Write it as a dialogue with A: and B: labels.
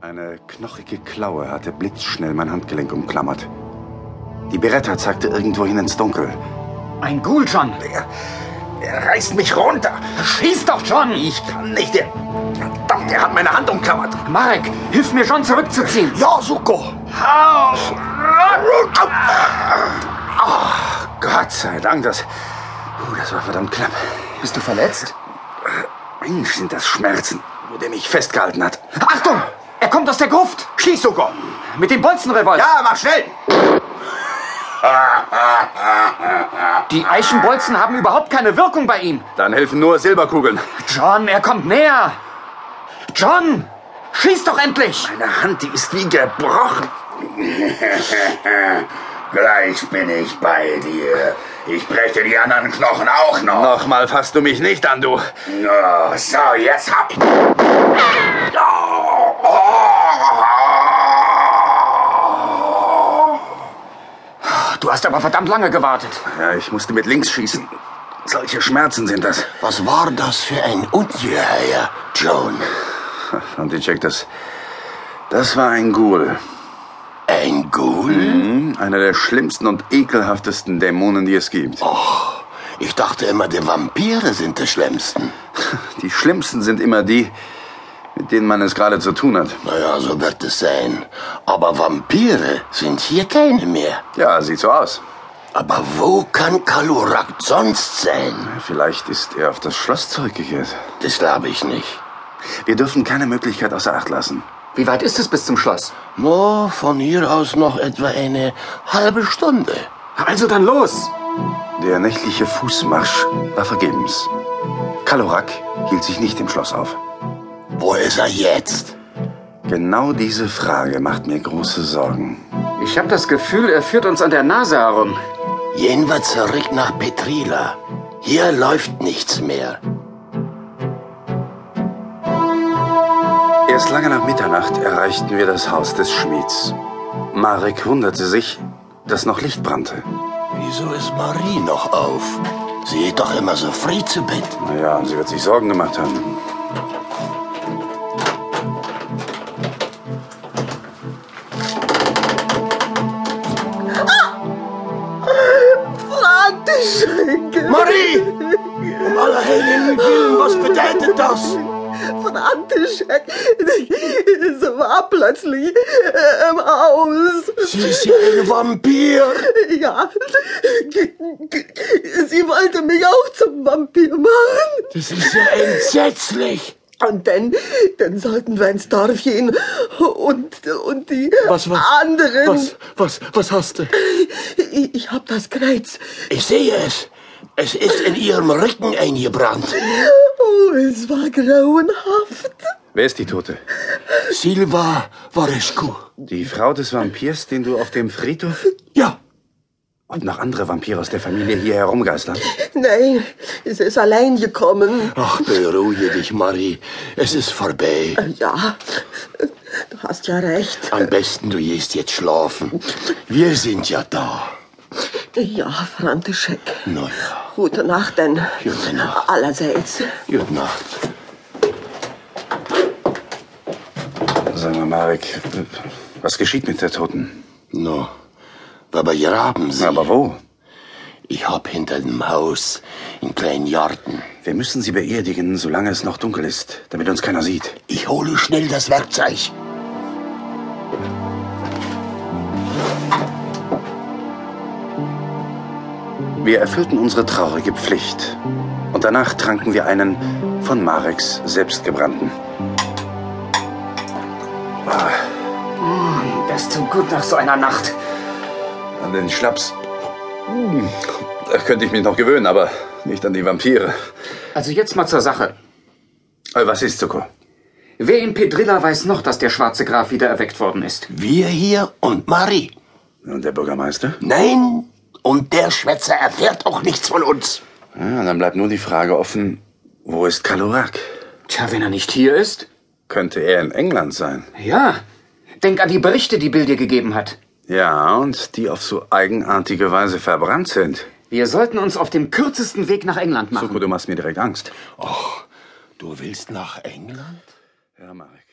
A: Eine knochige Klaue hatte blitzschnell mein Handgelenk umklammert. Die Beretta zeigte irgendwohin ins Dunkel.
B: Ein Ghoul, John!
C: Er reißt mich runter.
B: Schieß doch, John!
C: Ich kann nicht. Er, verdammt, er hat meine Hand umklammert.
B: Marek, hilf mir, John zurückzuziehen!
C: Ja, Suko.
B: Au!
A: Oh, Gott sei Dank, das. Puh, das war verdammt knapp.
B: Bist du verletzt?
A: Äh, Mensch, sind das Schmerzen, wo der mich festgehalten hat.
B: Achtung! Er kommt aus der Gruft!
C: Schieß, Suko.
B: Mit dem Bolzenrevolver!
C: Ja, mach schnell.
B: Die Eichenbolzen haben überhaupt keine Wirkung bei ihm!
A: Dann helfen nur Silberkugeln.
B: John, er kommt näher! John! Schieß doch endlich!
A: Meine Hand, die ist wie gebrochen.
C: Gleich bin ich bei dir. Ich breche die anderen Knochen auch noch.
A: Nochmal fasst du mich nicht an, du.
C: Oh, so, jetzt hab ich.
B: Du hast aber verdammt lange gewartet.
A: Ja, ich musste mit links schießen. Solche Schmerzen sind das.
D: Was war das für ein Ungeheuer, John?
A: Fanticek, das. Das war ein Ghoul.
D: Ein Ghoul?
A: Hm, Einer der schlimmsten und ekelhaftesten Dämonen, die es gibt.
D: Och, ich dachte immer, die Vampire sind die schlimmsten.
A: Die schlimmsten sind immer die, mit denen man es gerade zu tun hat.
D: Naja, so wird es sein. Aber Vampire sind hier keine mehr.
A: Ja, sieht so aus.
D: Aber wo kann Kalurak sonst sein?
A: Vielleicht ist er auf das Schloss zurückgekehrt.
D: Das glaube ich nicht.
A: Wir dürfen keine Möglichkeit außer Acht lassen.
B: Wie weit ist es bis zum Schloss?
D: Nur von hier aus noch etwa eine halbe Stunde.
B: Also dann los!
A: Der nächtliche Fußmarsch war vergebens. Kalorak hielt sich nicht im Schloss auf.
D: Wo ist er jetzt?
A: Genau diese Frage macht mir große Sorgen.
B: Ich habe das Gefühl, er führt uns an der Nase herum.
D: Jenwart zurück nach Petrila. Hier läuft nichts mehr.
A: Erst lange nach Mitternacht erreichten wir das Haus des Schmieds. Marek wunderte sich, dass noch Licht brannte.
D: Wieso ist Marie noch auf? Sie geht doch immer so früh zu Bett.
A: Naja, sie wird sich Sorgen gemacht haben.
E: František,
D: Marie! Um aller Heiligen Willen, was bedeutet das?
E: František, sie war plötzlich äh, im Haus.
D: Sie ist ja ein Vampir.
E: Ja, sie wollte mich auch zum Vampir machen.
D: Das ist ja entsetzlich.
E: Und dann, dann sollten wir ins Dorf gehen und, und die
D: Was, was?
E: anderen.
D: Was, was, was hast du?
E: Ich, ich hab das Kreuz.
D: Ich sehe es. Es ist in ihrem Rücken eingebrannt.
E: Oh, es war grauenhaft.
A: Wer ist die Tote?
D: Silva Varescu.
A: Die Frau des Vampirs, den du auf dem Friedhof
D: Ja,
A: und noch andere Vampire aus der Familie hier herumgeistern?
E: Nein, es ist allein gekommen.
D: Ach, beruhige dich, Marie. Es ist vorbei.
E: Ja, du hast ja recht.
D: Am besten du gehst jetzt schlafen. Wir sind ja da.
E: Ja, František.
D: Na ja,
E: Gute Nacht denn.
D: Gute Nacht.
E: Allerseits.
D: gute Nacht.
A: Sag mal, Marek, was geschieht mit der Toten?
D: No, aber graben sie.
A: Aber wo?
D: Ich hab hinter dem Haus einen kleinen Garten.
A: Wir müssen sie beerdigen, solange es noch dunkel ist, damit uns keiner sieht.
D: Ich hole schnell das Werkzeug.
A: Wir erfüllten unsere traurige Pflicht. Und danach tranken wir einen von Mareks selbstgebrannten.
B: Das tut gut nach so einer Nacht.
A: An den Schnaps. Hm, Da könnte ich mich noch gewöhnen, aber nicht an die Vampire.
B: Also jetzt mal zur Sache.
A: Äh, Was ist, Zuko?
B: Wer in Pedrilla weiß noch, dass der schwarze Graf wieder erweckt worden ist?
D: Wir hier und Marie.
A: Und der Bürgermeister?
D: Nein, und der Schwätzer erfährt auch nichts von uns.
A: Ja, Ah, dann bleibt nur die Frage offen, wo ist Kalorak?
B: Tja, wenn er nicht hier ist?
A: Könnte er in England sein?
B: Ja. Denk an die Berichte, die Bill dir gegeben hat.
A: Ja, und die auf so eigenartige Weise verbrannt sind.
B: Wir sollten uns auf dem kürzesten Weg nach England machen.
A: Zuko, du machst mir direkt Angst.
D: Du willst nach England?
A: Ja, Marek.